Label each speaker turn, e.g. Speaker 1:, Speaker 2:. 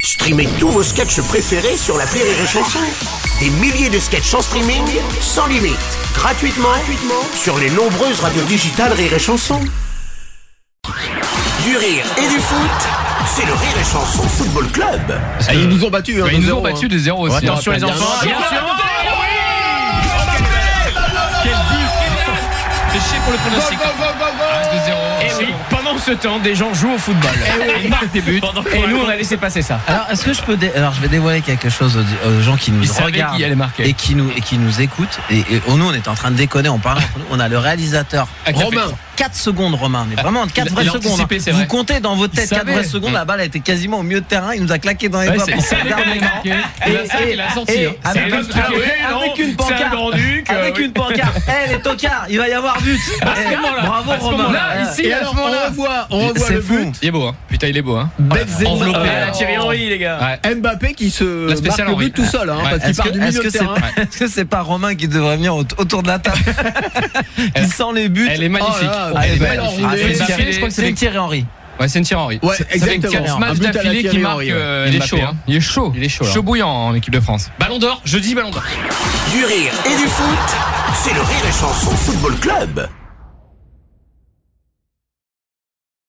Speaker 1: Streamez tous vos sketchs préférés sur la Rire et Chanson. Des milliers de sketchs en streaming, sans limite, gratuitement, gratuitement sur les nombreuses radios digitales Rire et Chanson. Du rire et du foot, c'est le Rire et Chanson Football Club.
Speaker 2: Ah, ils nous ont battus. hein,
Speaker 3: Bah, ils nous
Speaker 2: 2-0,
Speaker 3: ont battus
Speaker 2: hein.
Speaker 3: des 0 aussi.
Speaker 2: Attention,
Speaker 3: hein,
Speaker 2: les
Speaker 4: Bah,
Speaker 3: rappelez-
Speaker 2: enfants.
Speaker 3: Bien sûr. Oh,
Speaker 4: Oh,
Speaker 3: Quel but Péché pour le pronostic. Ah,
Speaker 4: Et Eh oui, pendant ce temps, des gens jouent au football.
Speaker 3: Eh
Speaker 4: Et marquent des buts. Et nous, on a laissé passer ça.
Speaker 5: Alors, est-ce que je peux dé- alors je vais dévoiler quelque chose aux, aux gens qui nous
Speaker 3: Ils savaient
Speaker 5: regardent
Speaker 3: qu'il allait marquer.
Speaker 5: et qui nous et qui nous écoutent et, et- oh, nous on est en train de déconner, on parle entre nous. on a le réalisateur
Speaker 3: Ah, qui a fait
Speaker 5: Romain 4 secondes Romain, mais vraiment 4
Speaker 3: Ah, il-
Speaker 5: vraies
Speaker 3: il a
Speaker 5: secondes. hein.
Speaker 3: anticipé, c'est
Speaker 5: Vous
Speaker 3: vrai.
Speaker 5: comptez dans votre
Speaker 3: Il
Speaker 5: tête 4
Speaker 3: savait.
Speaker 5: vraies secondes, la balle a été quasiment au milieu de terrain, il nous a claqué dans les
Speaker 3: Ouais,
Speaker 5: doigts
Speaker 3: c'est
Speaker 5: pour
Speaker 3: ça
Speaker 5: qu'on regarde
Speaker 3: les
Speaker 5: les gars.
Speaker 3: marqué. Il a ça, il a sorti.
Speaker 5: et-
Speaker 3: hein.
Speaker 5: avec
Speaker 3: C'est
Speaker 5: une-
Speaker 3: un truc.
Speaker 5: avec- avec une pancarte.
Speaker 4: euh,
Speaker 5: Avec
Speaker 3: euh,
Speaker 5: une pancarte, Eh les tocards, il va y avoir but. Eh, Bravo Romain.
Speaker 3: Là,
Speaker 5: Eh,
Speaker 3: ici,
Speaker 2: Et
Speaker 3: à ce
Speaker 2: alors, on
Speaker 3: moment-là.
Speaker 2: revoit, on revoit
Speaker 5: c'est
Speaker 2: le
Speaker 5: fou.
Speaker 2: but.
Speaker 3: Il est beau, hein. Putain, il est beau, hein.
Speaker 2: Benzema,
Speaker 3: Enveloppé.
Speaker 2: euh,
Speaker 3: Ah,
Speaker 4: Thierry Henry, les gars.
Speaker 3: Ouais.
Speaker 2: Mbappé qui
Speaker 3: La
Speaker 2: se marque
Speaker 3: spéciale
Speaker 2: le
Speaker 3: Henry.
Speaker 2: but tout seul, hein,
Speaker 3: Ouais.
Speaker 2: parce qu'il
Speaker 5: Est-ce
Speaker 2: part
Speaker 5: que
Speaker 2: du
Speaker 5: est-ce
Speaker 2: milieu de
Speaker 5: que c'est
Speaker 2: terrain. hein.
Speaker 5: pas, est-ce que c'est pas Romain qui devrait venir aut- autour de la table Qui
Speaker 3: Elle-
Speaker 5: sent les buts
Speaker 3: Elle est
Speaker 2: Oh
Speaker 3: magnifique.
Speaker 2: là là,
Speaker 3: eh Elle est
Speaker 2: belle
Speaker 3: magnifique.
Speaker 2: enroulée.
Speaker 3: Ah, c'est-
Speaker 5: C'est
Speaker 3: je crois que c'est
Speaker 5: c'est
Speaker 3: les-
Speaker 5: Thierry Henry.
Speaker 3: Ouais, c'est une Thierry Henry.
Speaker 2: Ouais,
Speaker 3: Ça fait
Speaker 2: exactement.
Speaker 3: quatre
Speaker 2: Un
Speaker 3: matchs
Speaker 2: but à la
Speaker 3: d'affilée qui
Speaker 2: Thierry
Speaker 3: marque
Speaker 2: Henry, ouais.
Speaker 3: euh, il est
Speaker 2: Mbappé,
Speaker 3: chaud, hein. Il est chaud.
Speaker 2: Il est chaud, là.
Speaker 3: Chaud bouillant en équipe de France. Ballon d'or, jeudi ballon d'or.
Speaker 1: Du rire et du foot, c'est le Rire et Chanson Football Club.